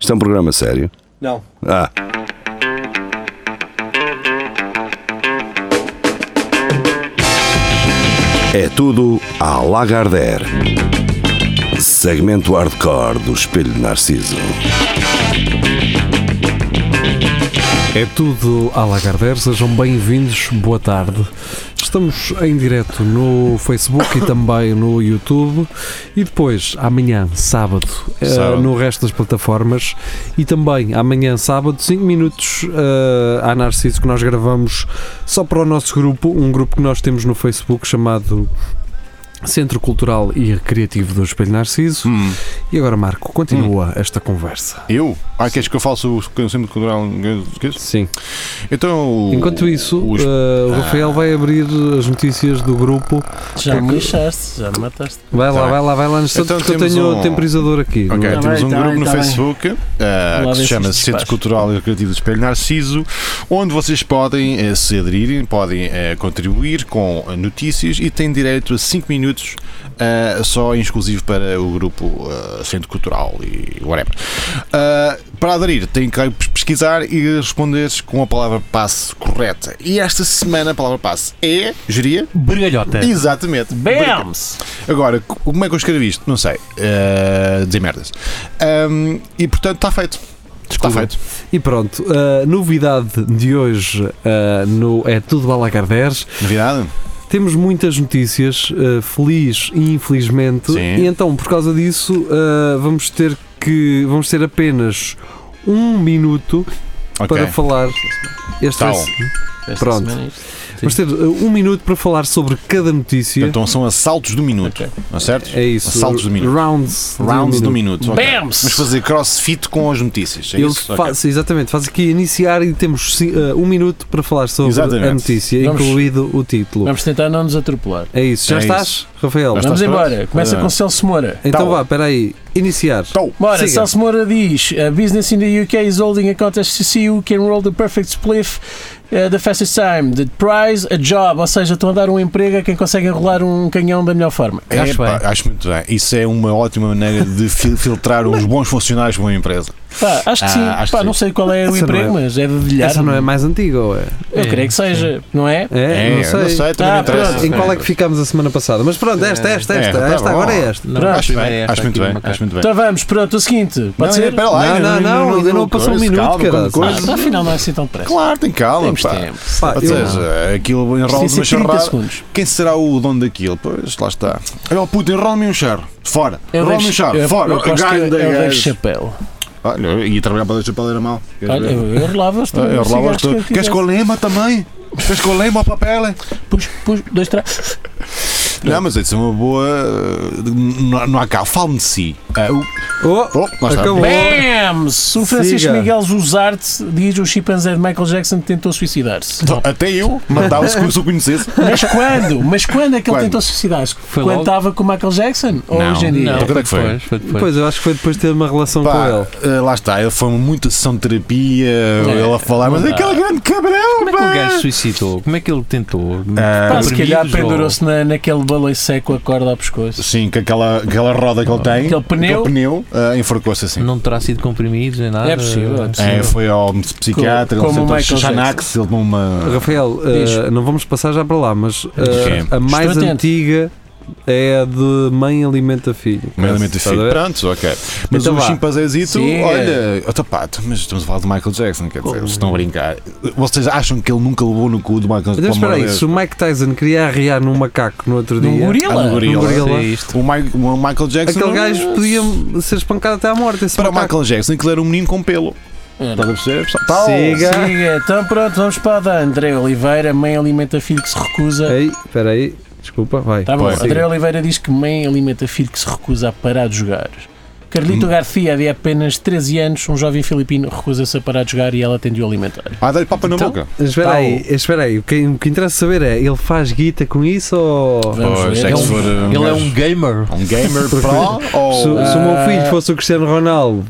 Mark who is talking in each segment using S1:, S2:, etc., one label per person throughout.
S1: Isto é um programa sério.
S2: Não.
S1: Ah, é tudo à Lagardère. Segmento hardcore do Espelho de Narciso.
S3: É tudo à Lagardère, sejam bem-vindos, boa tarde. Estamos em direto no Facebook e também no YouTube e depois amanhã, sábado, eh,
S4: Sábado.
S3: no resto das plataformas e também amanhã, sábado, 5 minutos eh, à Narciso que nós gravamos só para o nosso grupo, um grupo que nós temos no Facebook chamado Centro Cultural e Recreativo do Espelho Narciso.
S4: Hum.
S3: E agora, Marco, continua esta conversa.
S4: Eu? Ah, queres que eu fale sobre o centro cultural? esqueço?
S3: Sim.
S4: Então. o-
S3: Enquanto isso,
S4: os-
S3: eh, o Rafael vai abrir as notícias do grupo.
S5: Já me lixaste, já me mataste.
S3: Vai
S4: Tá
S3: lá,
S4: bem.
S3: vai lá, vai lá. Então,
S4: Então
S3: porque eu
S4: temos
S3: tenho
S4: um-
S3: temporizador aqui.
S4: Ok,
S3: Não- é?
S5: Tá
S4: temos
S5: bem,
S4: um
S5: tá
S4: grupo
S5: bem,
S4: no
S5: tá bem.
S4: Facebook eh,
S5: Vamos lá
S4: que se
S5: ver se
S4: chama
S5: isto
S4: Centro
S5: faz.
S4: Cultural e Recreativo do Espelho Narciso, onde vocês podem eh, se aderirem, podem eh, contribuir com eh, notícias e têm direito a 5 minutos eh, só em exclusivo para o grupo eh, Centro Cultural e whatever. Eh, para aderir, têm que pesquisar e responder com a palavra passe correta. E esta semana a palavra passe é, geria,
S5: Bergalhota.
S4: exatamente,
S5: Bams!
S4: Agora, co- como é que eu escrevi isto? Não sei. Eh, dizer merdas. Ahm, e portanto está feito. Está
S3: Desculpa.
S4: feito.
S3: E pronto, a novidade de hoje eh, no É Tudo Balacardés.
S4: Novidade?
S3: Temos muitas notícias, eh, feliz e infelizmente.
S4: Sim.
S3: E então, por causa disso, eh, vamos ter que. Vamos ter apenas um minuto
S4: Ok.
S3: para falar. Este
S4: Tá
S3: vai
S4: bom.
S3: ser- Pronto.
S5: é
S3: Vamos ter eh, um minuto para falar sobre cada notícia.
S4: Então são assaltos do minuto.
S5: Ok.
S4: Não é certo?
S3: É isso.
S4: Assaltos do minuto.
S3: Rounds,
S4: Rounds do minuto. ok.
S5: Bams!
S4: Vamos fazer crossfit com as notícias. É
S3: Ele
S4: isso? Ok.
S3: faz, exatamente, faz aqui iniciar e temos ci- eh, um minuto para falar sobre
S4: Exatamente.
S3: a notícia,
S5: Vamos-
S3: incluído o título.
S5: Vamos tentar não nos atropelar.
S3: É isso. Já
S4: É
S3: estás, Rafael?
S4: Já está.
S5: Vamos
S4: estás
S5: embora.
S4: pronto?
S5: Começa
S4: Ah.
S5: com Celso Moura.
S3: Então
S4: Tá.
S3: vá, espera aí. Iniciar.
S4: Então,
S5: Moura,
S3: Siga.
S5: Celso Moura diz: "A business in the UK is holding a contest to see who can roll the perfect spliff uh, the fastest time. The prize, a job. Ou seja, estão a dar um emprego a quem consegue enrolar um canhão da melhor forma.
S4: é,
S5: Acho
S4: pá,
S5: bem.
S4: acho muito bem. Isso é uma ótima maneira de fil- filtrar os bons funcionários para uma empresa.
S5: Pá, acho que sim.
S4: Ah, acho
S5: Pá,
S4: que
S5: não
S4: sim.
S5: sei qual é o
S3: Essa não
S5: emprego,
S3: é-
S5: mas é dedilhar.
S3: Essa não é mais antiga, ou é?
S5: Eu creio que seja, não é?
S3: É, não sei.
S4: também
S5: Ah,
S4: não interessa.
S5: pronto.
S3: Em qual é que ficámos a semana passada? Mas pronto, esta, esta,
S4: É,
S3: esta,
S4: tá
S3: esta,
S4: bom.
S3: agora é esta.
S6: Não,
S5: Pronto.
S4: Acho
S6: primeira é
S4: bem,
S6: esta
S4: acho muito
S6: aqui,
S4: bem,
S6: uma
S4: acho muito bem.
S5: Então vamos, pronto, o seguinte. Pode
S4: Não,
S5: ser?
S4: Espera lá,
S3: Não, não, não, ainda não passou um
S4: coisa,
S3: minuto, Tá
S4: calma,
S3: caralho.
S4: calma,
S5: Ah,
S4: coisa.
S5: afinal não é assim tão depressa.
S4: Claro, tem calma,
S5: Temos
S4: pá.
S5: tempo. Ah,
S3: Pá,
S4: Ou
S3: eu-
S4: seja, aquilo enrola
S5: Isto
S4: uma
S5: tem que ser 30
S4: charrada.
S5: segundos.
S4: Quem será o dono daquilo? Pois, lá está. Olha o puto, enrola-me um charro. Fora.
S5: Eu
S4: Enrola-me
S5: deixo-
S4: um charro.
S5: eu-
S4: Fora.
S5: eu aposto que
S4: Ganda
S5: eu
S4: gajo.
S5: deixo chapéu.
S4: Olha, eu ia trabalhar para deixar para ler a mal. Queres
S5: Olha,
S4: ver?
S5: eu enrolava-os
S4: Ah,
S5: também,
S4: eu
S5: os
S4: rolava
S5: cigarros
S4: as tuas.
S5: que eu
S4: Queres com
S5: quisesse.
S4: a lema também? Queres com a lema ao papel? hein?
S5: Pus, pus, dois, três.
S4: Não, mas isso é uma boa. eh, Não, não há cá. Fale-me de si. Ah, o-
S3: Oh,
S4: Oh, lá está.
S3: acabou.
S5: Bams! O Francisco
S3: Siga.
S5: Miguel Zuzarte diz o chimpanzé de Michael Jackson tentou suicidar-se.
S4: Então, Até eu matava-se como se eu conhecesse.
S5: Mas quando? Mas quando é que ele
S4: Quando?
S5: tentou suicidar-se?
S6: Foi
S5: Quando
S6: logo?
S5: estava com o Michael Jackson? Ou
S4: Não.
S5: hoje em dia?
S6: Não,
S4: Então, quando é que foi?
S6: depois, foi depois.
S3: Pois, eu acho que foi depois de ter uma relação
S4: Pá,
S3: com ele.
S4: eh, lá está, ele foi muita sessão de terapia, ele a falar, mas
S6: não dá.
S4: aquele grande cabrão,
S6: Como é que
S4: pá!
S6: o gajo suicidou? Como é que ele tentou?
S4: Ah,
S5: Pá, se calhar
S6: Comprimidos ou-
S5: pendurou-se na, naquele baleio seco a corda ao pescoço.
S4: Sim, com aquela, aquela roda que ele tem,
S5: Aquele pneu.
S4: ah, enforcou-se assim.
S6: Não terá sido comprimidos nem nada?
S5: É possível, é possível.
S4: É, foi ao psiquiatra,
S5: Como-
S4: ele
S5: como o
S4: sentou
S5: Michael
S4: Xanax, ele tomou uma.
S3: Rafael, eh, não vamos passar já para lá, mas eh,
S4: Ok.
S3: a mais
S5: Estou atento.
S3: antiga é a de Mãe Alimenta Filho.
S4: Meramente
S3: Estás a ver?
S4: filho. Pronto, ok. Mas
S3: Então
S4: o
S3: vá.
S4: chimpanzézito,
S5: Siga.
S4: olha, oh, tá, pá, mas estamos a falar do Michael Jackson, quer dizer, eles estão a brincar. Vocês acham que ele nunca levou no cu do Michael Jackson?
S3: Então,
S4: Pelo
S3: espera
S4: amor de
S3: aí,
S4: Deus.
S3: se o Mike Tyson queria arriar num macaco no outro
S5: Num
S3: dia,
S5: gorila?
S4: Ah, no gorila.
S3: num gorila,
S6: É isto.
S4: O, Mi- o Michael Jackson.
S3: aquele
S4: não-
S3: gajo podia ser espancado até à morte. Esse
S4: Para o
S3: macaco.
S4: Michael Jackson, aquilo era um menino com pelo.
S5: Era.
S4: Estás a perceber? Tal.
S3: Siga.
S5: Siga. Então pronto, vamos para a da André Oliveira, mãe alimenta filho que se recusa.
S3: Ei, espera aí, desculpa, vai.
S5: Tá bom.
S4: Pois.
S5: André Oliveira diz que mãe alimenta filho que se recusa a parar de jogar.
S4: Hum.
S5: Carlito Garcia havia apenas 13 anos, um jovem filipino recusa-se a parar de jogar e ela tendiu a alimentar.
S4: Ah, dá-lhe papa na
S3: Então,
S4: boca.
S3: Espera
S5: Tá
S3: aí, espera aí. O que, o que interessa saber é, ele faz guita com isso ou.
S5: Vamos
S4: Pois,
S5: ver. então,
S4: é que se
S5: Ele-
S4: for, um
S6: Ele é
S4: gajo-
S6: um gamer.
S4: um gamer pro
S3: Se,
S4: ou.
S3: se o meu
S5: Ah.
S3: filho fosse o Cristiano Ronaldo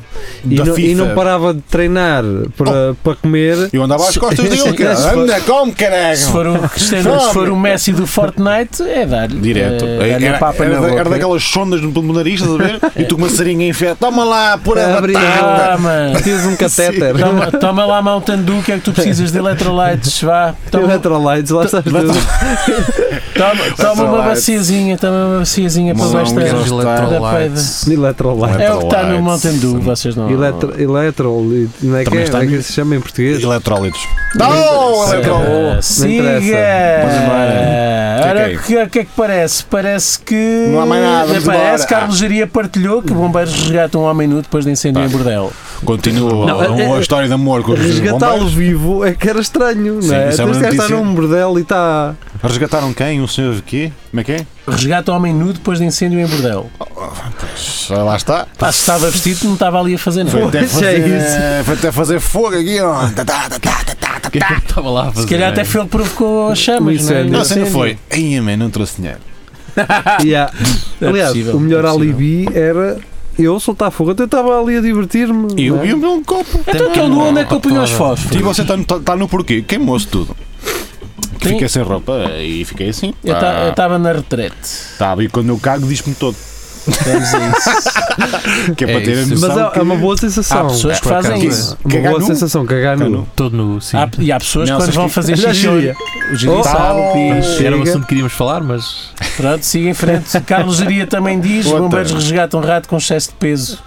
S3: e
S4: Da
S3: não, e não
S4: FIFA. Oh.
S3: parava de treinar para, para comer,
S4: Eu andava às costas
S5: Se-
S4: dele, cara.
S5: se for-
S4: Anda, come, caralho.
S5: Se for o Cristiano, se for o Messi do Fortnite, é dar-lhe
S4: Direto.
S5: eh, dar-lhe a
S4: era,
S5: papa na
S4: era da- era
S5: boca.
S4: daquelas sondas no, no nariz, estás a ver? E tu com uma seringa em inferno. Toma lá, por a
S3: Abre-
S4: batata.
S5: Ah, mano.
S3: Preciso de um catéter.
S5: Toma, toma lá Mountain Dew, o que é que tu precisas de eletrolytes, vá. Toma,
S3: Electrolytes, lá estás tu.
S5: toma, toma uma
S4: Electrolytes.
S5: baciazinha, toma uma baciazinha para
S4: Não,
S5: baixo da-
S4: não
S5: da
S4: está.
S5: peida.
S3: Electrolyte.
S5: É o que está no
S4: Electrolytes.
S5: Mountain Dew, vocês não...
S3: Eletro, eletrolite, não é que,
S4: Também
S3: é,
S4: está
S3: Como é que
S4: no-
S3: se chama em português?
S4: Eletrólitos.
S3: Não,
S4: Não,
S3: interessa.
S4: eletrólitos.
S5: Ah, Siga!
S3: interessa.
S4: Vamos
S5: Ah,
S4: embora.
S5: Ora,
S4: Ok.
S5: o que, o que é que parece? Parece que.
S4: Não há mais nada, vamos
S5: Parece
S4: embora.
S5: que a Arlejaria partilhou que bombeiros resgatam um homem nu depois de incêndio
S4: Pá.
S5: em bordel.
S4: Continua
S3: Não,
S4: a-
S3: é-
S4: a história de amor com os
S3: Resgatá-lo
S4: bombeiros.
S3: vivo é que era estranho,
S4: Sim,
S3: não é?
S4: isso é
S3: Então
S4: uma
S3: Este gajo está
S4: notícia.
S3: num bordel e tá- está.
S4: Resgataram quem? Um senhor de quê? Como é que é?
S5: Resgata um homem nu depois de incêndio em bordel.
S4: Ah, Lá está.
S5: Pá, se estava vestido, não estava ali a fazer
S4: Foi
S5: nada.
S4: até,
S3: Pois é
S4: fazer,
S3: isso.
S4: eh, foi até fazer fogo aqui, ó. Tá, tá, tá, tá, tá, tá, tá, tá.
S6: Estava lá a fazer.
S5: Se calhar até foi ele que provocou as chamas.
S3: Isso
S5: não é?
S3: é-
S4: Não,
S5: Não
S4: a
S5: sei.
S4: cena foi. Ai, man, não trouxe dinheiro.
S3: Yeah.
S5: É
S3: Aliás,
S5: possível,
S3: o melhor
S5: é possível.
S3: alibi era eu soltar fogo. Então Eu estava ali a divertir-me.
S4: E eu
S3: não é?
S4: vi o meu um copo.
S5: Então aquele nu onde é que eu punho os fósforos?
S4: E você está no, tá no porquê? Queimou-se tudo. Que
S5: Sim.
S4: Fiquei sem roupa e fiquei assim.
S5: Eu ta- eu
S4: Pá,
S5: estava na retrete.
S4: tá, e quando eu cago, diz-me todo.
S5: Vamos a isso.
S4: Que é,
S6: É
S4: para ter a
S6: isso.
S4: noção.
S3: Mas é,
S4: que...
S3: é uma boa sensação.
S5: Há pessoas que
S6: Por acaso,
S5: fazem
S4: que-
S5: isso.
S3: Uma
S4: Cagar
S3: boa
S4: nu?
S3: sensação, cagar
S4: Cagar
S3: nu.
S4: nu.
S6: Todo nu, sim.
S5: Há- E há pessoas que
S4: Não,
S5: quando
S4: sabes
S5: vão
S4: que-
S5: fazer
S3: Já
S5: xixi.
S3: diria.
S5: O Gil
S3: Oh,
S5: sabe,
S4: tal.
S5: bicho.
S6: Era um
S3: Chega.
S6: assunto que queríamos falar, mas.
S5: Pronto, siga em frente. Carlos Geria também diz:
S4: Outra.
S5: bombeiros resgatam rato com excesso de peso.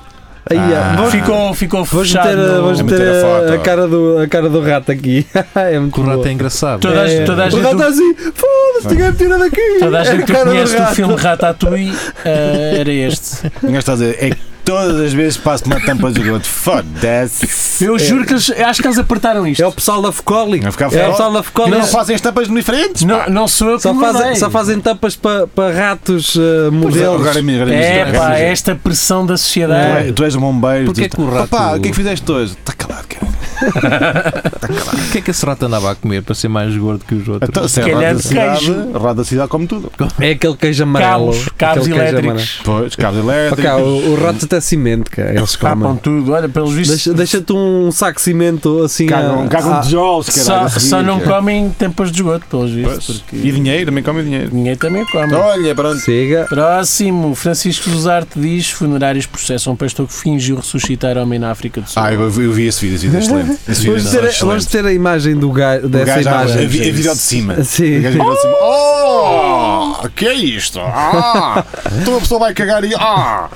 S3: Aí, ah,
S4: Ah.
S3: vamos-
S5: Ficou, ficou
S3: Vamos
S5: fechado.
S3: meter, a-
S5: no-
S3: vamos
S4: Vou
S3: meter
S4: meter a
S3: a,
S4: foto.
S3: a cara do, a cara do rato aqui. é muito
S6: Que o
S3: boa.
S6: rato é engraçado.
S5: Toda a-
S3: É.
S5: toda a
S3: o
S5: gente-
S3: rato assim, foda-se, ninguém me tira daqui.
S5: Toda a gente que
S3: É cara do
S5: conhece o
S3: rato.
S5: filme Ratatouille eh, era este.
S4: Um gajo está a dizer, é que todas as vezes passo uma tampa de outro. Foda-se.
S5: Eu juro que eles, acho que eles apertaram isto.
S3: É o pessoal da Focoli.
S4: Vai ficar
S3: É o
S4: fora.
S3: pessoal da
S4: E
S3: Focoli.
S4: não fazem as tampas diferentes?
S5: Não, não sou eu que
S3: Só
S5: me
S3: fazem,
S5: mandei.
S3: só fazem tapas para ratos eh, modelos.
S4: Agora é minha grande
S5: É
S4: mistura.
S5: pá, é. esta pressão da
S3: é
S4: Tu
S5: sociedade.
S4: és- Tu és um bombeiro.
S6: Porquê
S4: tu-
S6: que o rato-
S4: Papá, o que é que fizeste hoje? Está calado, cara.
S6: O que é que esse rato andava a comer para ser mais gordo que os outros?
S4: Então, se é
S5: Calhar
S4: rato da
S5: de
S4: cidade,
S5: queijo.
S4: rato da cidade come tudo.
S3: É aquele queijo amarelo.
S5: Cabos, cabos
S3: aquele queijo
S5: elétricos.
S4: Pois, cabos
S3: amarelo. Pá, cá,
S4: elétricos.
S3: o, o rato até cimento, cara. Eles
S5: Tapam
S3: comem.
S5: tudo. Olha, pelos vistos,
S3: Deixa- Deixa-te um saco de cimento assim.
S4: Cagam,
S3: a-
S4: cagam
S3: a-
S4: tijolos, caralho.
S5: só,
S4: a seguir,
S5: só não
S4: cara.
S5: comem tampas de esgoto, pelos vistos.
S4: Pois.
S5: Porque
S4: E dinheiro, também comem dinheiro.
S5: ninguém também come.
S3: Oh,
S4: Olha, pronto.
S3: Siga.
S5: Próximo, Francisco Zuzarte diz: funerários processam um pastor que fingiu ressuscitar homem na África do Sul.
S4: Ah, eu, eu vi esse vídeo, esse vídeo é excelente. Esse vídeo
S3: Vamos
S4: é
S3: ter, vamos
S4: excelente.
S3: ter a imagem do gajo,
S4: O
S3: dessa
S4: gajo a, a,
S3: imagem.
S4: vi- a vida de cima.
S3: Sim.
S4: O gajo a vida de cima. Oh! Que é isto? Ah! Então a pessoa vai cagar e. Ah!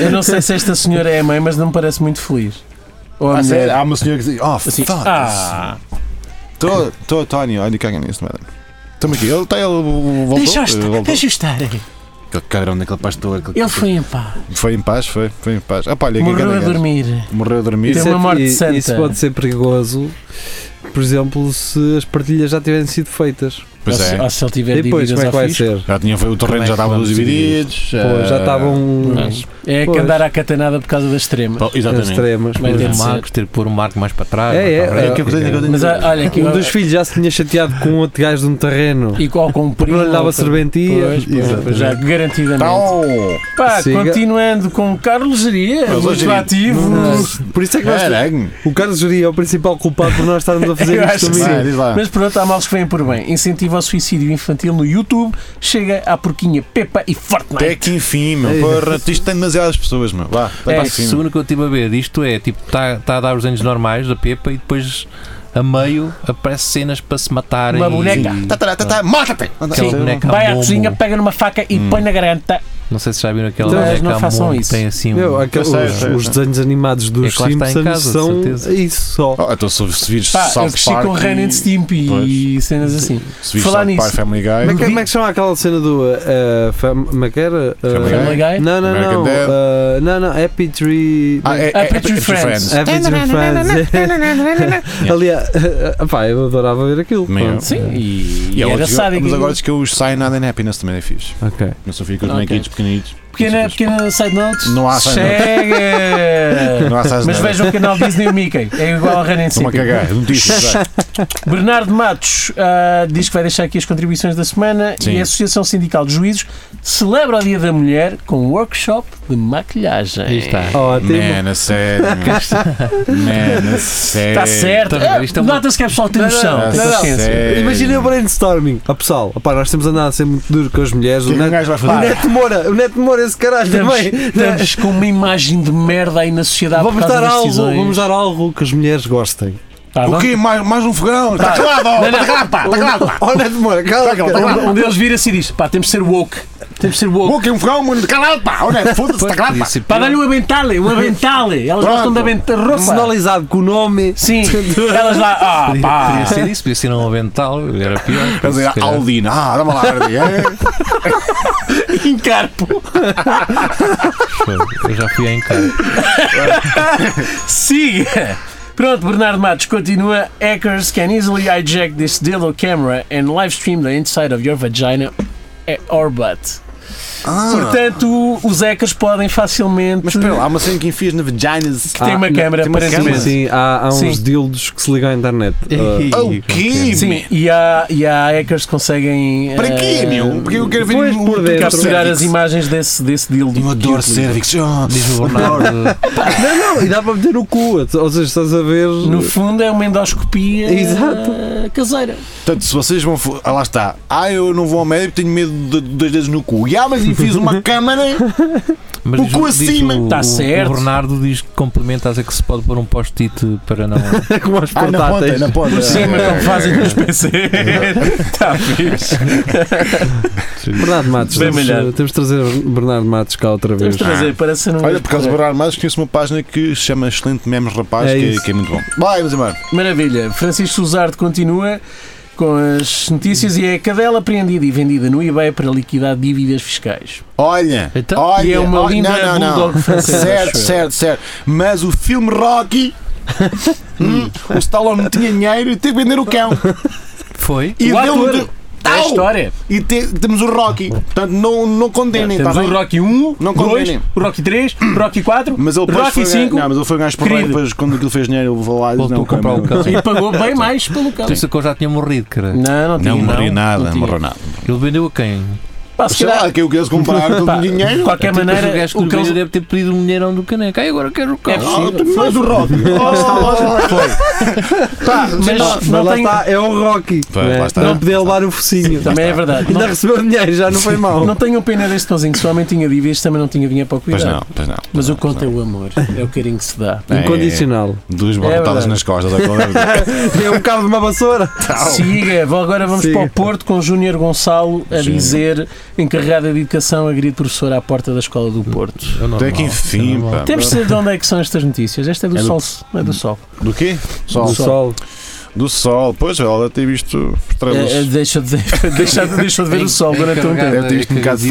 S5: Eu não sei se esta senhora é a mãe, mas não me parece muito feliz. Ou a
S4: Ah, sério,
S5: mulher.
S4: há uma senhora que diz. Oh,
S5: Assim,
S4: foda-se.
S5: ah,
S4: Estou, António, olha, caga nisso, merda. Estamos aqui, ele está, ele voltou.
S5: deixa-o
S4: ele
S5: estar,
S4: voltou.
S5: deixa estar.
S4: Aquele cabrão daquele pastor. aquele-
S5: Ele foi em pá,
S4: Foi em paz, foi, foi em paz. Ah, pá, olha, que
S5: morreu a
S4: grande gajo.
S5: dormir.
S4: Morreu a dormir.
S5: Tem
S3: Isso,
S5: uma
S3: é-
S5: morte
S3: i-
S5: santa.
S3: isso pode ser perigoso, por exemplo, se as partilhas já tiverem sido feitas.
S4: Pois
S5: ou, se,
S4: é.
S5: ou se ele tiver
S3: E depois,
S5: dívidas
S3: como é que
S5: ao
S3: vai
S5: fisco.
S3: ser?
S4: Já tinha, o
S6: Como
S4: terreno
S6: é
S4: já
S6: que
S4: estavam
S6: vamos
S4: os divididos.
S3: Pô, já um
S4: eh,
S3: estavam
S5: Mas É que
S3: Pois.
S5: andar à catanada por causa da extrema.
S4: pô, Exatamente.
S3: extremas.
S5: Vai
S6: Os
S5: ter de ser.
S6: marcos, ter que pôr o um marco mais para trás.
S3: É, é,
S6: mais para a
S3: é.
S6: frente.
S4: Que coisa que eu tenho-
S5: eh, Mas ah, olha, aqui
S3: Um dos filhos já se tinha chateado com outro gajo de um terreno.
S5: E qual com o
S3: Porque
S5: primo,
S3: não lhe dava
S5: ou-
S3: serventia.
S5: Pois, pois,
S3: Exatamente.
S5: já garantidamente.
S4: Não!
S5: Pá,
S3: Siga.
S5: continuando com o Carlos Geria,
S4: Mas hoje
S5: muito
S4: é-
S5: ativo.
S3: Por isso é que nós,
S4: Caralho!
S3: o Carlos Juri é o principal culpado por nós estarmos a fazer
S5: Eu
S3: isto
S5: acho que
S3: comigo.
S4: Vai, diz lá.
S5: Mas pronto, há males que vêm por bem. Incentivo ao suicídio infantil no YouTube, chega à porquinha Peppa e
S4: Até
S5: Fortnite.
S4: que enfim, meu. Porra, isto tem demasiadas pessoas, meu. Vá, vai
S5: É,
S4: para
S6: Pá,
S4: cima.
S6: segundo o que eu estive a ver, isto é tipo, está a dar os anos normais da Pepa e depois a meio aparece cenas para se matarem.
S5: Uma
S6: e-
S5: boneca.
S6: e-
S4: Tá, tá, tá, tá, Mata-te!
S6: Aquela
S5: Sim. é
S4: tá
S6: boneca
S5: Vai à
S6: Momo.
S5: cozinha, pega numa faca e
S4: Hum.
S5: põe na garanta.
S6: Não sei se já viram aquela
S5: Então,
S6: boneca
S5: não
S6: a
S5: façam
S6: Momo que
S5: isso.
S6: tem assim um-
S3: Meu, aqua-
S4: Eu sei, eu
S3: os,
S4: sei, eu
S3: os
S4: sei.
S3: desenhos animados
S6: É
S3: dos
S6: que lá está em
S3: Simpsons
S6: casa, de
S3: são
S6: certeza.
S3: isso só.
S4: Oh, então se se vires
S5: Pá, eu
S4: South
S5: cresci
S4: Park.
S5: com Ren and
S4: e-
S5: Stimpy e
S4: Pois.
S5: cenas assim.
S4: Se vires
S5: Falar
S4: South Park
S5: nisso.
S4: Family
S3: Como é,
S4: Guy.
S3: que, como é que se chama aquela cena do. Uh, fam, como é que era? Uh,
S4: Family
S5: Family Guy?
S3: Não, não,
S4: American
S3: não.
S4: Dad.
S3: Uh, não, não. Happy Tree.
S4: Ah, é, é,
S5: Happy
S4: é,
S5: Tree
S4: é
S5: Friends. Ah,
S3: Happy Tree Friends. Aliás, eh, pá, eu adorava ver aquilo.
S4: Meu.
S5: Sim, e,
S4: E
S5: e
S4: há
S5: era
S4: outros-
S5: sádico.
S4: Mas agora diz que os Sign Nada and Happiness também é fixe.
S3: Ok.
S4: Não só fica com os
S5: Ok.
S4: bonequinhos pequenitos.
S5: Pequena, pequena side note.
S4: Não há side note.
S5: Chega!
S4: Não há sais
S5: Mas
S4: nada.
S5: vejam o canal Disney e o Mickey. É igual a Ren and
S4: Estão-me a
S5: Stimpy.
S4: cagar. Notícias. vai.
S5: Bernardo Matos ah, diz que vai deixar aqui as contribuições da semana
S4: Sim.
S5: e a Associação Sindical de Juízes celebra o Dia da Mulher com um workshop de maquilhagem.
S6: Aí está.
S3: Ótimo.
S4: Man, a é sério. Man, a sério. Tá
S5: Está certo.
S6: Tá vendo? Isto é uma-
S5: Nota-se que é pessoal que tem
S3: Não, não,
S5: noção,
S3: não,
S5: tem
S3: não,
S5: consciência.
S4: sério.
S3: Imagina o brainstorming. Ah, pessoal, opá, nós temos andado a ser muito duro com as mulheres.
S4: O que
S3: O
S4: é que um
S3: Neto,
S4: gajo vai
S3: o
S4: fazer?
S3: Neto Moura, o Neto Moura, eu desse caralho
S5: Estamos,
S3: também.
S5: estamos com uma imagem de merda aí na sociedade
S3: Vamos
S5: por causa
S3: dar,
S5: das
S3: algo,
S5: decisões.
S3: vamos dar algo que as mulheres gostem.
S5: Tá
S4: O
S5: bom?
S4: quê? Mais, mais um fogão? Está calado, ó! Está calado, pá! Está calado, pá! Tá
S3: Olha, demora, cala, cala.
S5: Um, um deles vira-se e diz: pá, temos de ser woke. Temos de ser woke.
S4: O quê? Um fogão, mano? Calado, pá! Olha, foda-se, está calado, pá!
S6: Podia ser
S5: Pá,
S6: pior.
S5: dá-lhe um aventale, um aventale. Elas gostam de aventale. Roupa.
S3: Personalizado tá com o nome.
S5: Sim, elas lá. Ah,
S6: Podia,
S5: pá.
S6: podia ser isso, podia ser um avental, era pior.
S4: Quer dizer,
S6: se calhar.
S4: Aldina, ah, dá-me lá, é?
S5: Encarpo.
S6: Eu já fui a encar.
S5: Siga. Pronto, Bernardo Matos continua. Hackers can easily hijack this dildo camera and live stream the inside of your vagina eh, or butt.
S4: Ah,
S5: Portanto, os hackers podem facilmente.
S4: mas espera lá, há uma cena que enfias na vaginas.
S5: Que tem uma
S3: Ah,
S5: câmera,
S4: tem uma
S3: Sim,
S5: aparentemente.
S4: câmera.
S3: sim, há, há uns
S5: Sim.
S3: dildos que se ligam à internet.
S5: É,
S3: Ah,
S4: O quê,
S5: Sim, e há, e há hackers que conseguem.
S4: Para quê,
S5: eh,
S4: meu? Porque eu quero ver
S3: Pois,
S4: um-
S3: por
S4: um-
S3: dentro.
S5: Capturar as
S4: cervix.
S5: imagens desse, desse dildo.
S4: Eu adoro
S5: Cute.
S4: cervix. Ah,
S6: Diz o Bernardo.
S3: não, não, e dá para meter no cu. Ou seja, estás a ver.
S5: No fundo é uma endoscopia
S3: Exato.
S5: eh, caseira.
S4: Portanto, se vocês vão. fu- Ah, lá está. Ah, eu não vou ao médico, tenho medo de de- das vezes no cu. E ah, mas enfias uma câmara.
S6: Mas
S4: O
S6: diz
S4: cu
S6: diz
S4: acima.
S6: o-
S5: Tá
S6: o-
S5: certo.
S6: O Bernardo diz que complementa a dizer que se pode pôr um post-it para não.
S3: com as
S4: Ah, na ponta,
S3: é portáteis.
S4: na ponta.
S5: como fazem nos PC. Está fixe.
S3: Bernardo Matos,
S5: Bem
S3: temos,
S5: malhado.
S3: temos de trazer Bernardo Matos cá outra
S5: Vamos
S3: vez.
S5: trazer para ser um.
S4: Olha, por causa do Bernardo Matos, conheço uma página que se chama Excelente Memes Rapaz,
S3: É
S4: que,
S3: isso.
S4: que é muito bom. Vai, vamos embora.
S5: Maravilha. Francisco Suzardo continua com as notícias e é a cadela apreendida e vendida no eBay para liquidar dívidas fiscais.
S4: Olha,
S6: Então,
S4: olha,
S5: e é uma
S4: olha,
S5: linda
S4: não, não,
S5: bulldog
S4: não.
S5: francesa,
S4: Certo,
S5: acho eu.
S4: certo, certo. Mas o filme Rocky. hum, o Stallone não tinha dinheiro e teve que vender o cão. Oh.
S6: Foi.
S4: E
S5: O
S4: deu
S5: ator. É a
S4: Au!
S5: história.
S4: E te- temos o Rocky. Portanto, não, não condenem,
S5: Temos
S4: tá
S5: o
S4: bem?
S5: Rocky 1,
S4: Não
S5: 2,
S4: condenem.
S5: o Rocky 3, o Rocky 4,
S4: Mas ele depois
S5: Rocky
S4: foi ganhar-
S5: 5
S4: Não, mas ele foi um gajo para
S5: Querido.
S4: depois quando aquilo fez dinheiro, ele levou lá e disse,
S6: Voltou
S4: não,
S6: a comprar
S4: cara,
S6: o cão.
S4: não.
S5: e pagou bem mais pelo cão.
S6: Pensei que eu já tinha morrido, cara.
S5: Não, não tinha.
S4: morri nada,
S5: tinha.
S4: morreu nada.
S6: Ele vendeu a quem?
S5: Pá, se
S4: Sei
S5: calhar-
S4: lá, que eu quisesse comprar todo
S5: pá,
S4: o
S5: de
S4: dinheiro.
S5: qualquer
S6: Tipo,
S5: maneira,
S6: o gajo que
S5: o
S6: o
S5: cão-
S6: vendeu deve ter pedido um dinheirão do caneca. Ai, agora quero o cão.
S5: É possível.
S4: Ah, tu mais o Rocky. Oh,
S5: mas
S3: Mas
S5: não
S3: lá
S5: tem-
S4: tá.
S3: está, é o Rocky.
S4: Pois,
S3: né?
S4: lá está.
S3: Não podia levar o focinho.
S5: Também é verdade.
S3: Ainda
S5: Não,
S3: recebeu dinheiro, já não foi mal.
S5: não tenham pena deste cãozinho, que somente tinha dívidas, também não tinha dinheiro para o cuidar.
S4: Pois não, pois não.
S5: Mas o conto é o amor, é o carinho que se dá.
S4: É,
S3: Incondicional.
S4: Duas
S5: verdade.
S4: borratadas nas costas. é claro.
S3: É um cabo de uma vassoura.
S5: Siga, é, vou- agora vamos
S3: Siga.
S5: para o Porto com Júnior Gonçalo a
S4: Júnior.
S5: dizer, encarregada de educação, agride professora à porta da escola do Porto.
S6: É o normal,
S4: Até que
S6: é
S4: enfim,
S6: normal.
S4: pá.
S5: Temos de saber de onde é que são estas notícias. Esta é do
S4: É do-
S5: Sol, é do Sol.
S4: Do quê?
S3: Do
S4: Sol.
S3: sol.
S4: Do sol. Pois, ela deve ter visto estrelas.
S5: É, é, deixa, de, deixa, de- deixa de ver o Sol durante um tempo.
S6: Encarregada
S4: Eu tive um bocado de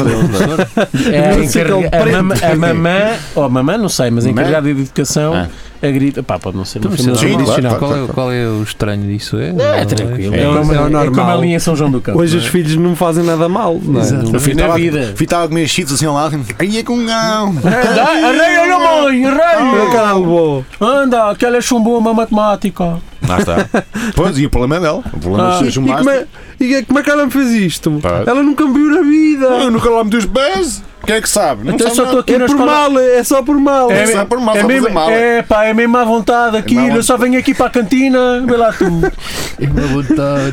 S6: educativa,
S5: É,
S3: Não sei que é o
S5: encarrega- a,
S3: preto.
S5: mamã, a mamã, ou a mamã, Então não sei, mas a encarregada de educação
S4: Ah.
S5: agride. Pá, pode não ser uma
S6: Mas
S5: família
S4: Sim,
S6: sei lá,
S5: normal.
S4: claro, claro,
S6: não, Qual é-
S4: claro.
S6: qual é o estranho disso? É,
S5: É tranquilo.
S4: É
S5: É, uma-
S3: isso, é o
S5: é como a
S3: normal.
S5: linha em São João do Campo.
S3: Hoje
S5: não
S3: os
S5: é?
S3: filhos não fazem nada mal. Não é?
S6: Exato.
S5: No fim da
S4: Fitava-
S5: vida.
S4: Fitava a comer cheetos assim ao lado. Aí é com um gão.
S5: Arreia, olha mãe,
S3: Meu
S5: arreia!
S3: caralho, boa.
S5: Anda, aquela chumbou uma matemática.
S4: Lá está. Pois, e o problema é dela. O problema
S5: Ah.
S4: é que seja
S3: E
S4: um
S3: como, é, e como é que ela me fez isto?
S4: Pá.
S3: Ela nunca me viu na vida.
S4: Eu nunca lá meti os pés. Quem é que sabe? Não
S5: Então
S4: sabe
S5: só estou
S4: nada.
S5: aqui
S3: É
S5: na
S3: por
S5: escola.
S3: mal, é só por mal.
S4: É só por mal, só fazer mal.
S5: é, pá, é mesmo à vontade aquilo.
S4: má
S5: eu só venho aqui para a cantina, vê lá tu.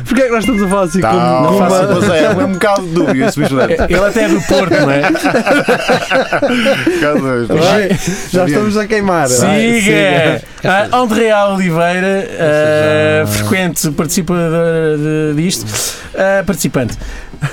S3: Porquê é que nós estamos a falar assim?
S4: Tá,
S3: como,
S4: não
S3: como
S4: faço
S3: a-
S4: mas é, é um bocado de dúvida esse bicho deve.
S5: Ele até é do Porto, não é?
S4: Um bocado de-
S3: Vai, já estamos a queimar. Vai,
S5: Siga! Ah, André Oliveira, ah,
S6: já-
S5: frequente participadora de- disto, Ah, participante.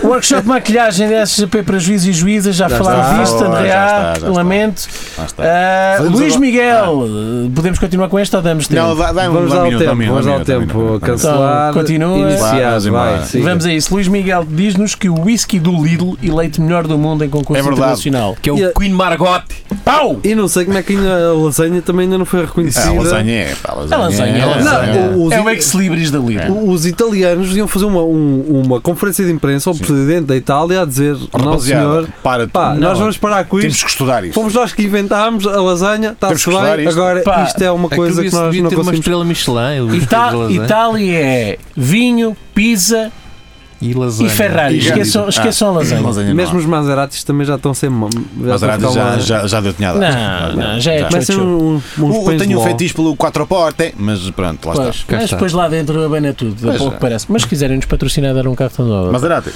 S5: Workshop de maquilhagem da SGP para juízes e juízas, já
S3: Já
S5: falámos
S3: está.
S5: disto,
S4: Já
S5: André,
S4: está, já está.
S5: lamento.
S4: Lá está.
S5: Ah,
S4: Fazemos
S5: Luís
S4: agora-
S5: Miguel, podemos continuar com esta ou damos tempo?
S4: Não, dá- dá um-
S3: Vamos
S4: dá um
S3: ao
S4: minuto, dá um
S3: tempo,
S4: minuto,
S3: vamos
S4: dá um
S3: ao
S4: minuto, dá um
S3: tempo.
S4: minuto, dá um minuto.
S3: Cancelar,
S5: continua.
S3: iniciar,
S4: Vamos embora.
S3: vai. siga.
S5: Vamos a isso. Luís Miguel diz-nos que o whisky do Lidl, eleito melhor do mundo em concurso
S4: É verdade.
S5: internacional.
S6: Que é
S3: E a-
S6: o Queen Margot.
S5: Pau!
S3: E não sei como é que ainda a lasanha também ainda não foi reconhecida.
S4: Ah, lasanha é, pá, lasanha.
S5: A lasanha,
S4: é,
S5: a lasanha.
S4: é.
S3: Não, o- os,
S5: É o ex-libris da Lidl.
S3: o- os italianos deviam fazer uma, um- uma conferência de imprensa ao presidente da Itália a dizer: Não,
S4: Rapaziada,
S3: senhor,
S4: para
S3: pá,
S4: tudo.
S3: nós vamos parar com
S4: Temos
S3: isto.
S4: que estudar isto.
S3: Fomos nós que inventámos a lasanha,
S4: Temos
S3: está-se
S4: que estudar
S3: bem,
S4: isto.
S3: agora
S5: Pá,
S3: isto é uma
S6: Aquilo
S3: coisa que
S6: devia-
S3: nós
S6: devia
S3: não
S6: ter uma É.
S3: conseguimos.
S5: tá-
S6: estrela Michelin. o
S5: Ita-
S6: estrela de lasanha.
S5: Itália é vinho, pizza
S6: e
S5: E
S6: lasanha.
S5: Ferrari,
S4: E Ah. já-
S5: esqueçam, esqueçam a lasanha.
S4: Lasanha
S3: Mesmo
S4: não.
S3: os Maseratis também já estão sem. mo- Já
S4: Maserati
S3: estão a ficar
S4: É já,
S3: lá.
S4: já, já deu tinhada.
S5: Não, não, já é
S3: Mas são um, uns
S4: Eu,
S3: pães de
S4: tenho um
S3: ló.
S4: feitiço pelo 4 porte, é, mas pronto, lá
S5: Pois,
S4: está.
S6: Cá
S5: mas
S6: está.
S5: depois lá dentro abana tudo,
S4: Pois
S5: a pouco
S4: é.
S5: parece. Mas se quiserem nos patrocinar, dar um carro tão novo.
S4: Maserati.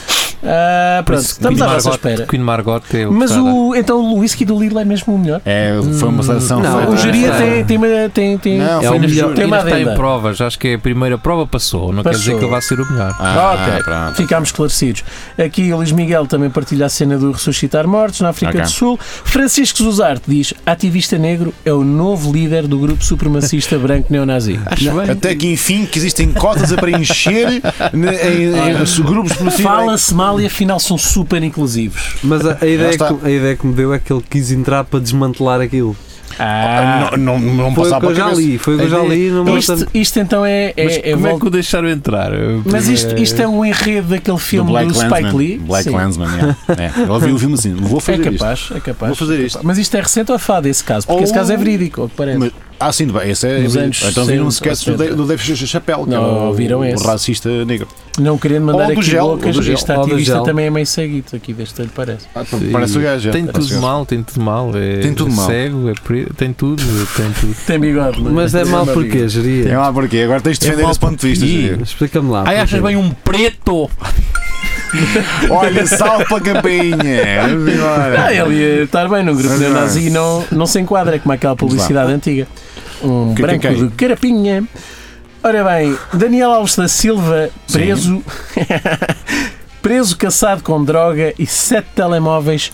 S5: Ah,
S6: Por
S5: pronto,
S6: isso,
S5: estamos à
S6: Queen
S5: vossa
S6: Margot-
S5: espera.
S6: Queen Margot é
S5: Mas
S6: gostada.
S5: o, então o whisky do Lidl é mesmo o melhor?
S4: É, foi uma seleção
S3: Não,
S4: feita.
S5: o júri
S6: não.
S5: tem, tem, uma- tem, tem-
S4: é Não,
S6: É
S4: foi
S6: o
S4: no
S6: melhor.
S4: júri.
S5: Tem uma
S6: Ainda está em
S5: adenda.
S6: provas. Acho que é a primeira prova passou. Não quer dizer
S5: Passou.
S6: que ele vai ser o melhor.
S4: Ah,
S5: Ok.
S4: pronto.
S5: Ficámos esclarecidos. Aqui o Luís Miguel também partilha a cena do ressuscitar mortos na África
S4: Ok.
S5: do Sul. Francisco Zuzarte diz: ativista negro é o novo líder do grupo supremacista branco neonazi.
S6: Acho bem.
S5: é-
S4: Até que enfim que existem cotas a preencher ne- em, em- em grupos possíveis.
S5: Fala-se
S4: é
S5: mal e afinal são super inclusivos.
S3: Mas a, a ideia
S4: está.
S3: que, a ideia que me deu é que ele quis entrar para desmantelar aquilo.
S5: Ah,
S4: não, não, não
S3: Foi o
S4: passava
S3: que eu
S4: pela
S3: já
S4: cabeça.
S3: li, foi o que eu já li. Não me
S5: isto, isto então é. é-
S6: Mas
S5: é
S6: como é
S5: vol-
S6: que o deixaram entrar? Eu-
S5: Mas isto, isto é um enredo daquele
S4: Do
S5: filme
S4: Black
S5: do, Spike
S4: Landsman.
S5: Lee.
S4: Black
S5: Sim.
S4: Landsman, é. é. Eu vi o filme assim, vou
S5: É
S4: fazer isto.
S5: capaz, é capaz.
S4: Vou fazer isto.
S5: Mas isto é recente ou é fado esse caso? Porque
S4: Ou-
S5: esse caso é verídico, ao que parece.
S4: Mas- ah, sim, bem, esse é.
S5: Nos anos
S4: então viram um sketch
S5: 60,
S4: do, Dave- do Dave Chapelle, que
S5: Não,
S4: era o,
S5: viram
S4: o
S5: esse.
S4: racista negro.
S5: Não querendo mandar
S4: Ou do
S5: aqui
S4: gel, ou
S5: bocas,
S4: do gel.
S5: este
S3: Ou do
S5: ativista
S3: gel.
S5: também é meio ceguito aqui, deste lhe parece.
S4: Parece o gajo. é.
S6: Tem
S4: Parece o
S6: tudo
S4: gajo.
S6: mal, tem tudo mal. É
S4: Tem tudo mal.
S6: cego, é preto, tem tudo, tem tudo.
S5: Tem bigode, não
S3: Mas é mal
S5: Tem bigode.
S3: porquê,
S4: É
S3: geria?
S4: lá porquê, agora tens de
S6: É
S4: defender
S6: mal
S4: esse ponto de vista.
S6: porquê.
S4: Jair.
S3: Explica-me lá.
S6: Ai, achas
S3: porquê.
S6: bem um preto?
S4: Olha, salve para a campainha! Vamos embora.
S5: Ah, ele ia estar bem num grupo
S4: Mas não.
S5: neonazi e não, não se enquadra, como aquela publicidade antiga. Um
S4: Que-
S5: branco
S4: que- que-
S5: de carapinha. Ora bem, Daniel Alves da Silva,
S4: Sim.
S5: preso. preso, caçado com droga e sete telemóveis.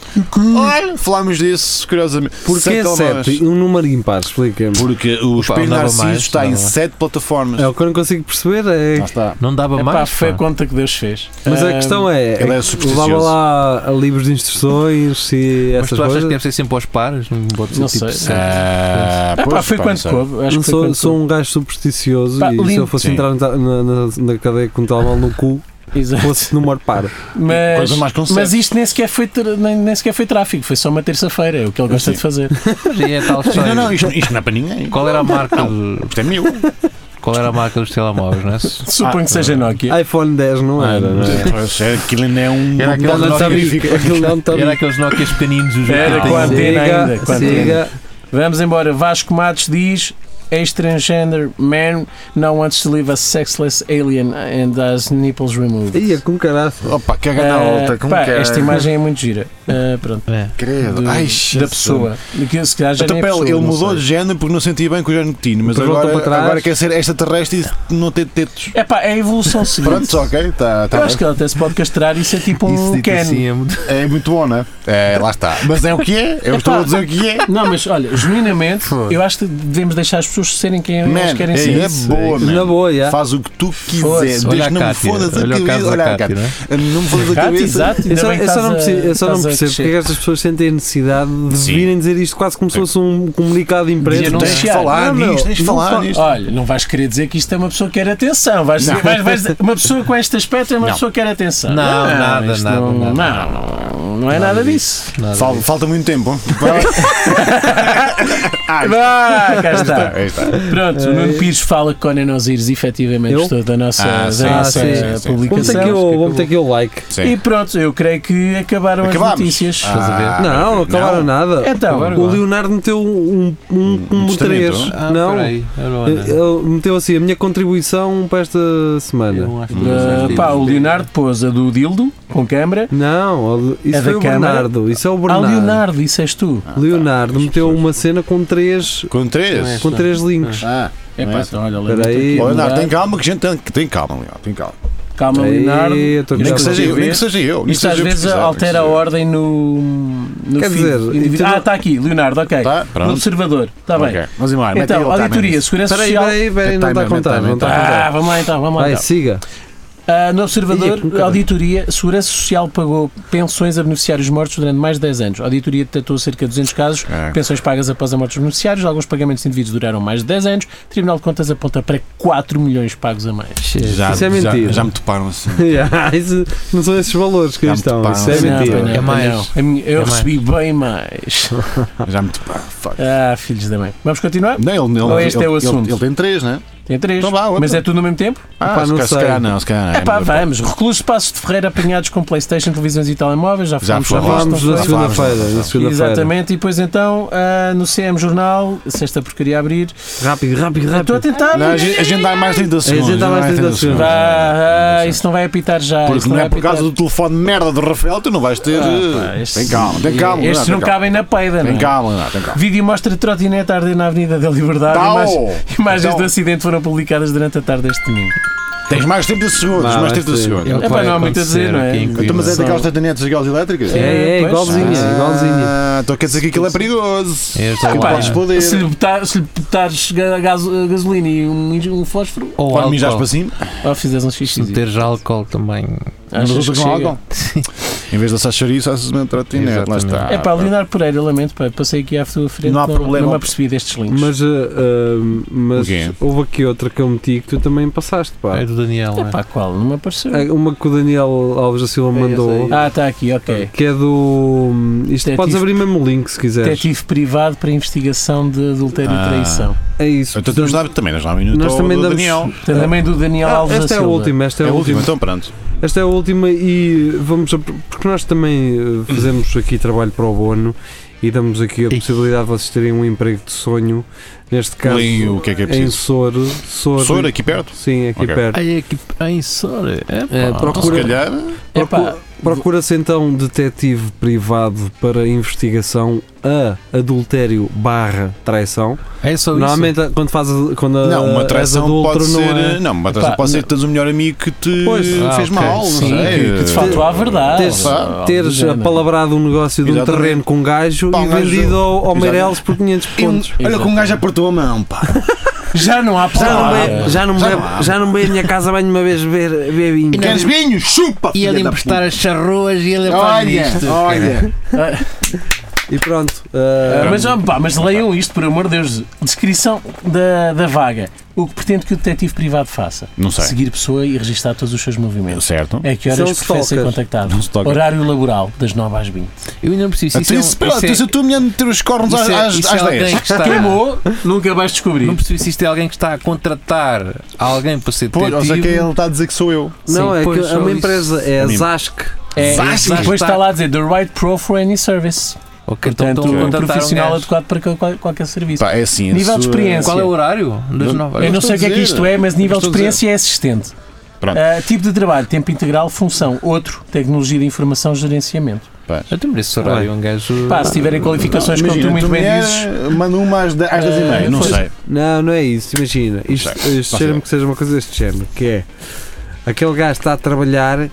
S4: Olha, falámos disso, curiosamente.
S3: Porquê
S4: Sete ou
S3: 7?
S4: mais?
S3: Um número ímpar, explica-me.
S4: Porque o Espelho
S6: não dava
S4: Narciso
S6: mais,
S4: está
S6: não
S4: em
S6: dava.
S4: sete plataformas.
S3: É o que eu não consigo perceber. É...
S4: Lá está.
S6: Não dava
S5: Epá,
S6: mais.
S5: foi a
S6: pá.
S5: conta que Deus fez.
S3: Mas a
S5: Ahm,
S3: questão é.
S4: Ele é
S3: levava
S4: supersticioso.
S3: lá livros de instruções e
S6: Mas
S3: essas
S6: tu achas
S3: coisas.
S6: que deve ser sempre aos pares? Não pode ser
S5: Não
S6: tipo
S5: sei.
S6: sete.
S4: Ah,
S5: Epá,
S4: pois,
S5: foi
S4: pá,
S5: quanto
S4: não sei.
S5: coube. Acho
S3: Não
S5: que foi
S3: sou,
S5: quanto
S3: sou um gajo supersticioso
S5: Pá,
S3: e se
S5: limpo.
S3: eu fosse
S4: Sim.
S3: entrar na, na- na cadeia com um telemóvel no cu,
S5: coube. Exato.
S3: fosse número par.
S5: Mas,
S4: Coisa mais conceito.
S5: mas isto nem sequer, foi tra- nem, nem sequer foi tráfico, foi só uma terça-feira, é o que ele gosta
S4: Sim.
S5: de fazer.
S6: Mas é tal
S4: Sim,
S6: história.
S4: Não, não, isto, isto não é para ninguém.
S6: Qual era a marca do-
S4: Isto é meu.
S6: Qual era a marca dos telemóveis, não é? Se-
S5: Suponho que seja Nokia.
S3: iPhone 10 não
S5: Ah,
S3: era, não é?
S4: Pois, é, Aquilo não é um.
S6: Era aquele
S4: um
S3: Não
S6: Nokia
S3: sabia-
S4: frigorífico.
S3: aquilo não sabia.
S6: Era aqueles Nokias pequeninos, os
S5: Era
S6: que têm-
S5: com a antena ainda, com a
S3: Siga, siga.
S5: Vamos embora. Vasco Matos diz: Ex-transgender man now wants to live a sexless alien and has nipples removed.
S3: Ia, com caraço.
S4: Opa, caga na
S5: Ah,
S4: volta. Como
S5: pá,
S4: que é?
S5: esta imagem é muito gira. Ah, pronto.
S6: É.
S4: Credo.
S5: Do-
S4: Ai,
S5: da
S4: Jesus.
S5: pessoa. Do que se calhar já
S4: Até
S5: nem é
S4: pele,
S5: pessoa,
S4: ele
S5: não
S4: mudou
S5: sei.
S4: de género porque não sentia bem com o género que tinha, mas
S3: Depois voltou
S4: agora,
S3: para trás.
S4: agora quer ser extraterrestre e não ter tetos.
S5: É pá, é a evolução seguinte.
S4: Pronto, ok, tá, está
S5: Eu acho que ele até se pode castrar e ser tipo
S6: Isso
S5: um
S6: dito
S5: Ken.
S6: assim é muito.
S4: É muito bom, não é? É, lá está. Mas é o que é, eu estou a dizer o que é.
S5: Não, mas olha, genuinamente, eu acho que devemos deixar as pessoas serem quem elas
S4: Man,
S5: querem
S4: é,
S5: ser.
S4: é boa, man.
S3: Na boa, já.
S4: Faz o que tu
S5: Foda-se,
S4: quiser,
S6: Olha
S4: desde
S6: a
S4: que não me
S6: Cátia.
S4: fodas a
S6: Olha o caso
S4: cabeça. Olha
S6: da
S4: a
S6: Cátia,
S4: Cátia.
S6: não é?
S4: Não me fodas a
S5: Cátia,
S4: cabeça.
S5: exato.
S3: Eu
S5: ainda
S3: só,
S5: bem que
S3: eu só
S5: estás
S3: não
S5: a-
S3: percebo, eu só não
S5: estás a
S3: percebo porque é que
S5: crescer.
S3: estas pessoas sentem a necessidade de
S4: Sim.
S3: virem dizer isto quase como se fosse um comunicado de imprensa.
S5: Dizia, não
S4: Tens de
S5: Anunciar.
S4: falar
S3: Não, meu,
S4: nisto, tens de
S3: não
S4: falar
S3: fa-
S4: nisto.
S5: Olha, não vais querer dizer que isto é uma pessoa que quer atenção. Vais dizer- vais- vais dizer- uma pessoa com este aspecto é uma
S4: Não.
S5: pessoa que quer atenção.
S6: Não, nada,
S5: isto
S6: nada,
S5: não,
S6: nada,
S5: Não, não, não é nada, disso.
S6: Nada
S4: Fal-
S6: disso.
S4: Falta muito tempo. Ai,
S5: Vá, cá
S4: está,
S5: está.
S4: aí está.
S5: Pronto, o Nuno Pires fala que Conan Osiris efetivamente
S3: Eu?
S5: gostou da nossa,
S4: Ah,
S5: da
S4: sim,
S5: nossa
S3: sim, sim,
S4: sim.
S3: Vamos ter
S5: publicação.
S3: aqui o-
S6: Acabou.
S3: vamos ter aqui o like.
S5: E
S4: Sim.
S5: pronto, eu creio que acabaram as
S4: Acabámos.
S5: notícias.
S6: Estás a ver?
S4: Ah,
S3: não, acabaram nada.
S5: Então,
S6: Agora-
S3: o Leonardo meteu um, um, um por
S4: testamento?
S3: três.
S6: Ah,
S3: não,
S6: peraí, eu não-
S3: ele meteu assim a minha contribuição para esta semana.
S6: Eu acho
S5: Uh,
S4: é
S6: que-
S5: pá,
S4: tipo
S5: o Leonardo pôs a do Dildo com câmara.
S3: Não, ele- isso
S5: É da
S3: foi o
S5: Câmara?
S3: Bernardo. Isso é o
S5: Ah,
S3: Bernardo.
S5: Leonardo, isso és tu.
S3: Leonardo meteu uma cena com três,
S4: Com três.
S3: é com três links.
S4: Ah,
S5: É
S4: não
S5: pá,
S4: é
S5: então, olha,
S3: Espera aí.
S5: lamento aqui.
S4: Ó, Leonardo, tem calma que a gente tem, tem calma, Leonardo, tem calma.
S5: Calma,
S3: Ei,
S5: Leonardo.
S3: eu tô
S5: Nem
S3: cuidado.
S4: Nem que
S5: que
S4: seja eu, nem que
S5: ver.
S4: seja eu. nem que Tá?
S5: Isto às
S4: seja eu
S5: vezes
S4: pesquisar,
S5: altera a
S4: nem que
S5: ordem no, no
S3: Quer
S5: feed
S3: dizer,
S5: individual.
S3: então-
S5: Ah, está aqui, Leonardo, ok.
S4: Tá, pronto.
S5: no observador, está
S4: seja eu.
S5: bem.
S4: Ok, Vamos embora. mete aí
S5: Então,
S4: o timer
S5: auditoria,
S4: nisso.
S5: segurança
S3: Peraí,
S5: social.
S3: peraí, peraí, não está a
S4: Time,
S3: contar,
S4: time,
S3: não está a
S5: Ah,
S3: contar.
S5: vamos lá então, vamos lá.
S3: Tá Vai,
S5: então.
S3: siga.
S5: Ah, no observador,
S3: Ia, como caralho.
S5: auditoria, segurança social pagou pensões a beneficiários mortos durante mais de 10 anos. A auditoria detectou cerca de 200 casos,
S4: Ah.
S5: pensões pagas após a morte dos beneficiários, alguns pagamentos de indivíduos duraram mais de 10 anos. O Tribunal de Contas aponta para 4 milhões pagos a mais.
S4: Já-
S3: isso é
S4: já-
S3: mentira.
S4: Já me toparam assim.
S3: Yeah, Ah, isso- não são esses valores que
S4: Já me
S3: estão.
S4: toparam.
S3: Isso é
S5: Não,
S3: mentira.
S5: não,
S6: É mais.
S5: não. A minha- Eu
S6: É mais.
S5: recebi bem mais.
S4: Já me toparam. Fuck.
S5: Ah, filhos da mãe. Vamos continuar?
S4: Não, ele, ele,
S5: Ou este
S4: ele,
S5: é o
S4: ele-
S5: assunto?
S4: ele tem três, não é?
S5: Tem três.
S4: Então vá, outra.
S5: Mas é tudo no mesmo tempo?
S4: Ah,
S3: Epá,
S4: se
S3: não
S4: calhar- se
S3: sei.
S4: calhar não, se calhar não.
S5: É pá,
S4: melhor-
S5: vamos. Reclusos de Passos de Ferreira apanhados com Playstation, televisões e telemóveis. Já
S4: Já
S5: falámos
S3: Já
S5: sobre
S4: falámos,
S5: isto,
S3: falámos
S5: não
S3: na
S5: foi?
S4: já falámos,
S3: segunda-feira.
S4: já
S3: Na segunda-feira.
S5: Exatamente. E depois então, ah, no CM Jornal, se esta porcaria abrir...
S3: Rápido, rápido,
S5: Estou a
S3: rápido.
S5: tentar.
S4: Não, a gente a gente dá mais 30 segundos.
S3: dá mais 30 segundos.
S5: Vá, ah, isso não vai apitar já.
S4: Porque
S5: isso
S4: não
S5: vai
S4: é por causa
S5: apitar.
S4: do telefone merda do Rafael, tu não vais ter.
S5: Ah, pá,
S4: eh,
S5: estes-
S4: Tem calma, tem calma.
S5: Estes não
S4: tem calma.
S5: cabem na peida, não
S4: Tem
S5: é?
S4: calma, não, tem calma.
S5: Vídeo mostra trotinete a arder na Avenida da Liberdade.
S4: Tau!
S5: Imagens, imagens
S4: Tau.
S5: do acidente foram publicadas durante a tarde deste domingo.
S4: Tens mais 30 segundos,
S3: Vá,
S4: mais
S3: vai
S4: 30
S3: ser.
S4: segundos.
S6: É o
S5: Epá,
S6: que vai
S5: não há muito a dizer,
S6: acontecer
S5: não é?
S6: aqui em
S5: Então,
S4: Então,
S6: Coimbra.
S4: mas é
S5: São-
S4: daquelas tatanetes iguais elétricas?
S3: É, é,
S5: pois.
S3: igualzinho,
S4: Ah,
S3: igualzinho.
S4: Então quer dizer que aquilo é perigoso.
S6: É, está
S4: Que
S6: lá.
S4: pode explodir.
S5: Se lhe botar- se lhe botares ga- gaso- gasolina e um, um fósforo,
S6: Ou
S4: Pode mijar
S6: álcool.
S4: para cima.
S5: ou fizeres um
S6: Se
S5: xixi.
S6: meteres álcool também.
S5: Achas que chega?
S4: Em vez de assar chouriço, assas uma trotinete. Lá está.
S5: É pá, Leonardo Pereira, lamento, pá, passei aqui à tua frente.
S4: Não há problema.
S5: Não me apercebi destes links.
S3: Mas, ah, ah, mas
S4: O quê?
S3: houve aqui outra que eu meti que tu também passaste, pá.
S6: É do Daniel,
S5: É
S6: não é?
S5: pá, qual? Não me apareceu.
S3: É Uma que o Daniel Alves da Silva
S6: É essa
S3: mandou.
S6: aí.
S5: Ah, está aqui, ok.
S3: Que é do. Isto
S5: Detetive.
S3: podes abrir mesmo o link se
S4: É.
S3: quiseres.
S5: Detetive privado para investigação de adultério
S4: Ah.
S5: e traição.
S3: É isso.
S4: Então temos de dar também, nós dá um minuto
S3: nós
S4: ao
S3: também
S4: ao
S3: damos-
S4: Daniel.
S5: Portanto, Também do Daniel
S3: Ah,
S5: Alves da
S3: esta é a
S5: Silva.
S3: última, esta
S4: É
S3: é a
S4: o último,
S3: última.
S4: então pronto.
S3: Esta é a última e vamos a- porque nós também eh, fazemos aqui trabalho para o Bono e damos aqui a
S6: Ih.
S3: possibilidade de vocês terem um emprego de sonho, neste caso
S4: Leem o que é que é
S3: em
S4: preciso.
S3: Soro, Soro,
S4: Soro aqui perto?
S3: sim, aqui
S4: Ok.
S3: perto.
S6: Ai, aqui em Sora.
S3: É,
S6: É,
S4: Então, se
S3: Procura-
S4: calhar.
S5: É pá,
S3: Procura-se então um detetive privado para investigação a adultério barra traição.
S6: É só isso.
S3: Normalmente a- quando faz a- quando a-
S4: Não, uma traição
S3: és adultro
S4: pode ser.
S3: não é.
S4: Não, uma traição
S5: Epá,
S4: pode ser que tens o melhor amigo que te
S3: Pois.
S6: Ah,
S4: fez
S6: ok.
S4: mal.
S5: Sim,
S4: não sei.
S5: que, que te faltou à verdade.
S3: Teres-
S5: Ah,
S3: Teres
S5: do género.
S3: apalabrado um negócio de um
S4: Exatamente.
S3: terreno com um gajo
S4: Pá, um
S3: e
S4: gajo-
S3: vendido ao, ao
S4: Exatamente.
S3: Meireles por 500 pontos.
S4: Olha como um gajo apertou a mão, pá.
S5: Já não há
S3: Já não,
S5: palavra.
S3: veio, já, não
S4: Já
S3: veio-
S4: não há.
S3: já não veio à minha casa bem uma vez ver, ver vinho.
S4: Queres vinho? Chupa!
S6: E
S4: filha
S6: ele
S4: da
S6: emprestar as charruas e ele
S4: puta.
S6: faz
S4: Olha, Ah,
S6: isto.
S4: olha.
S3: E pronto.
S5: Ah,
S3: ah,
S5: mas, ah, pá, mas leiam isto, por amor de Deus. Descrição da, da vaga. O que pretende que o detetive privado faça?
S4: Não sei.
S5: Seguir pessoa e registar todos os seus movimentos.
S4: Certo?
S5: É que
S3: São
S5: horas prefere ser
S3: stalkers.
S5: contactado?
S4: Não se toca.
S5: Horário laboral, das 9 às 20.
S6: Eu ainda não preciso. Isso
S4: Então,
S6: é um-
S4: isso, pera,
S6: isso é-
S4: então, se a tua mulher meter os cornos às,
S6: isso é-
S4: às,
S6: isso é
S4: às
S6: alguém
S4: 10.
S6: que está.
S5: Queimou, nunca vais descobrir.
S6: Não percebi se isto é alguém que está a contratar alguém para ser
S4: Pois,
S6: detetive.
S4: ou seja, que é ele está a dizer que sou eu.
S3: não,
S6: sim,
S3: é
S6: pois,
S3: que é
S6: só
S3: uma
S6: isso.
S3: empresa, é a
S4: Mim-
S3: ZASC.
S5: É,
S4: Zás,
S5: e depois
S6: está.
S5: está lá a dizer The Right Pro for Any Service.
S6: Ok, então
S5: Portanto,
S6: estão a
S5: um
S6: contratar
S5: profissional
S6: gajo.
S5: adequado para qual- qualquer serviço.
S4: Pá, é assim.
S5: Nível
S4: isso,
S5: de experiência.
S6: Qual é o horário? Das nove-
S5: Eu não
S4: estou
S5: sei
S4: a
S5: o que é que
S4: dizer.
S5: isto é, mas nível de
S4: estou a dizer.
S5: experiência é assistente.
S4: Pronto.
S5: Ah, tipo de trabalho, tempo integral, função, outro, tecnologia de informação, gerenciamento.
S6: Eu também esse horário, um gajo.
S5: Pá, se tiverem qualificações, como tu
S4: Imagina,
S5: muito
S4: tu
S5: bem
S4: mulher
S5: dizes,
S4: manda uma às 10 às 10 e meia.
S5: Eh,
S4: Não
S5: pois.
S4: sei.
S3: Não, não é isso, imagina. Isto,
S4: Não sei,
S3: isto
S4: não
S3: cheira-me
S4: sei.
S3: que seja uma coisa deste género, que é aquele gajo está a trabalhar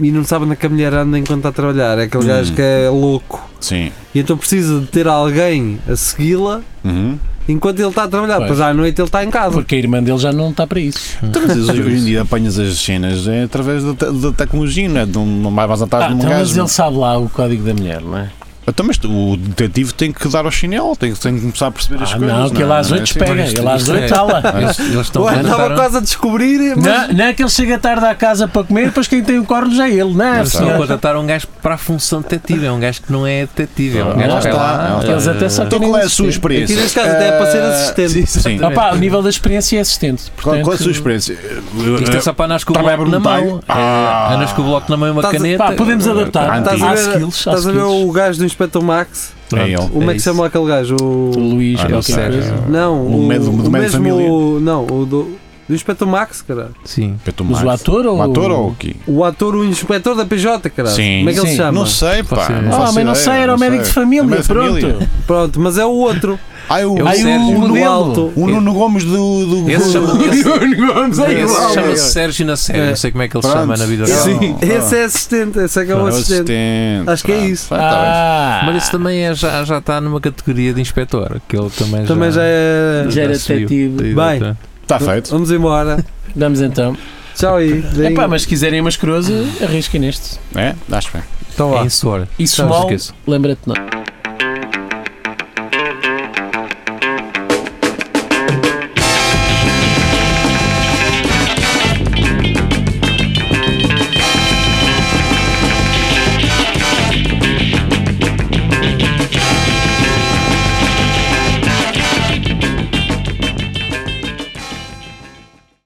S3: e não sabe onde é que a mulher anda enquanto está a trabalhar. É aquele
S4: Hum.
S3: gajo que é louco.
S4: Sim.
S3: E então precisa de ter alguém a segui-la
S4: Uhum.
S3: enquanto ele está a trabalhar.
S5: Pois.
S3: Pois à noite ele está em casa.
S5: porque a irmã dele já não está para isso.
S4: Então, mas hoje hoje em dia apanhas as cenas é através da, te- da tecnologia, não é? Não, não vai vas atrás
S5: Ah,
S4: de um
S5: então, mas
S4: gajo.
S5: ele sabe lá o código da mulher, não é?
S4: Então, mas tu- o detetive tem que dar ao chinelo, tem, que- tem que começar a perceber as
S5: Ah,
S4: coisas.
S5: não, que ele
S4: é?
S5: às
S4: Não é
S5: 8
S4: assim?
S5: pega,
S6: Isto-
S5: ele às
S6: isto é-
S5: 8 está lá.
S6: Eles, eles estão a
S3: Ué, estava
S6: contratar. um
S3: quase a descobrir, mas
S5: Não, não é que ele chega tarde à casa para comer, depois quem tem o corno já é ele, não é?
S6: Eles estão a
S5: senhora?
S6: contratar um gajo para a função detetive. É um gajo que não é detetive. É
S5: Ah,
S6: um
S4: Lá
S6: gajo que
S4: está,
S6: é lá.
S4: lá está.
S5: Eles até só
S4: Então,
S5: querem
S4: qual é a
S5: existir.
S4: sua experiência?
S3: Aqui neste caso até é para ser
S4: Eh,
S3: assistente.
S4: Sim.
S5: Ah, pá, o nível da experiência é assistente.
S4: Qual, qual é a
S5: portanto-
S4: sua experiência?
S6: Isto é só para andares com o
S4: Também
S6: bloco na
S4: perguntei.
S6: mão.
S4: Ah.
S6: É, Andas com o bloco na mão e uma
S3: Estás a-
S6: caneta.
S5: Pá, podemos adaptar.
S4: Ah,
S3: Estás
S5: Há
S3: a ver,
S5: skills, há
S3: estás a ver
S5: skills.
S3: o gajo do Inspector Max?
S4: É ele.
S3: Como é,
S6: É
S3: que se chama aquele gajo?
S5: O
S3: O...
S5: Luís,
S4: Ah, não
S5: qualquer
S4: sei.
S5: coisa.
S3: Não,
S4: O
S5: um
S3: o,
S4: médio- do
S3: o
S4: médio da
S3: mesmo.
S4: família.
S3: Não, o do, do Inspector Max, cara.
S6: Sim.
S4: Peto
S5: Mas o
S4: Max.
S5: ator ou
S4: O Um ator ou o quê?
S3: O ator, o inspetor da PJ, cara.
S4: Sim.
S3: Como é que ele
S5: Sim.
S3: se chama?
S4: Não sei, pá.
S6: Faço ideia.
S5: Ah,
S4: faço
S5: mas não
S4: ideia,
S5: sei, era o médico de
S4: É
S5: família,
S4: médico de
S5: pronto.
S4: família.
S3: Pronto, mas é o outro.
S4: Ai, o,
S6: É
S5: Aí
S6: Sérgio.
S5: o
S3: O
S5: modelo.
S3: alto.
S4: o Nuno Gomes do. do
S6: Esse chama- esse-
S5: Gomes, é
S6: Esse
S5: igual.
S6: chama-se Sérgio na série. Não sei como é que ele se
S4: Pronto.
S6: chama na vida real.
S4: Sim.
S5: Ah.
S3: Esse é assistente, esse é que é o assistente. Acho que é isso.
S4: tá
S5: Ah,
S6: Mas esse também é, já, já está numa categoria de inspetor. Que ele também,
S3: Também já é.
S5: Já era
S6: subiu.
S5: detetive.
S3: Bem.
S4: Está Tá feito.
S3: Vamos embora.
S5: Vamos então.
S3: Tchau aí. Deem-
S5: Epá, mas se quiserem umas cruzas, arrisquem neste.
S4: É? Acho bem.
S3: Então
S6: É
S3: lá.
S6: em suor.
S5: E
S6: Não
S5: small,
S6: esqueço.
S5: lembra-te não. é?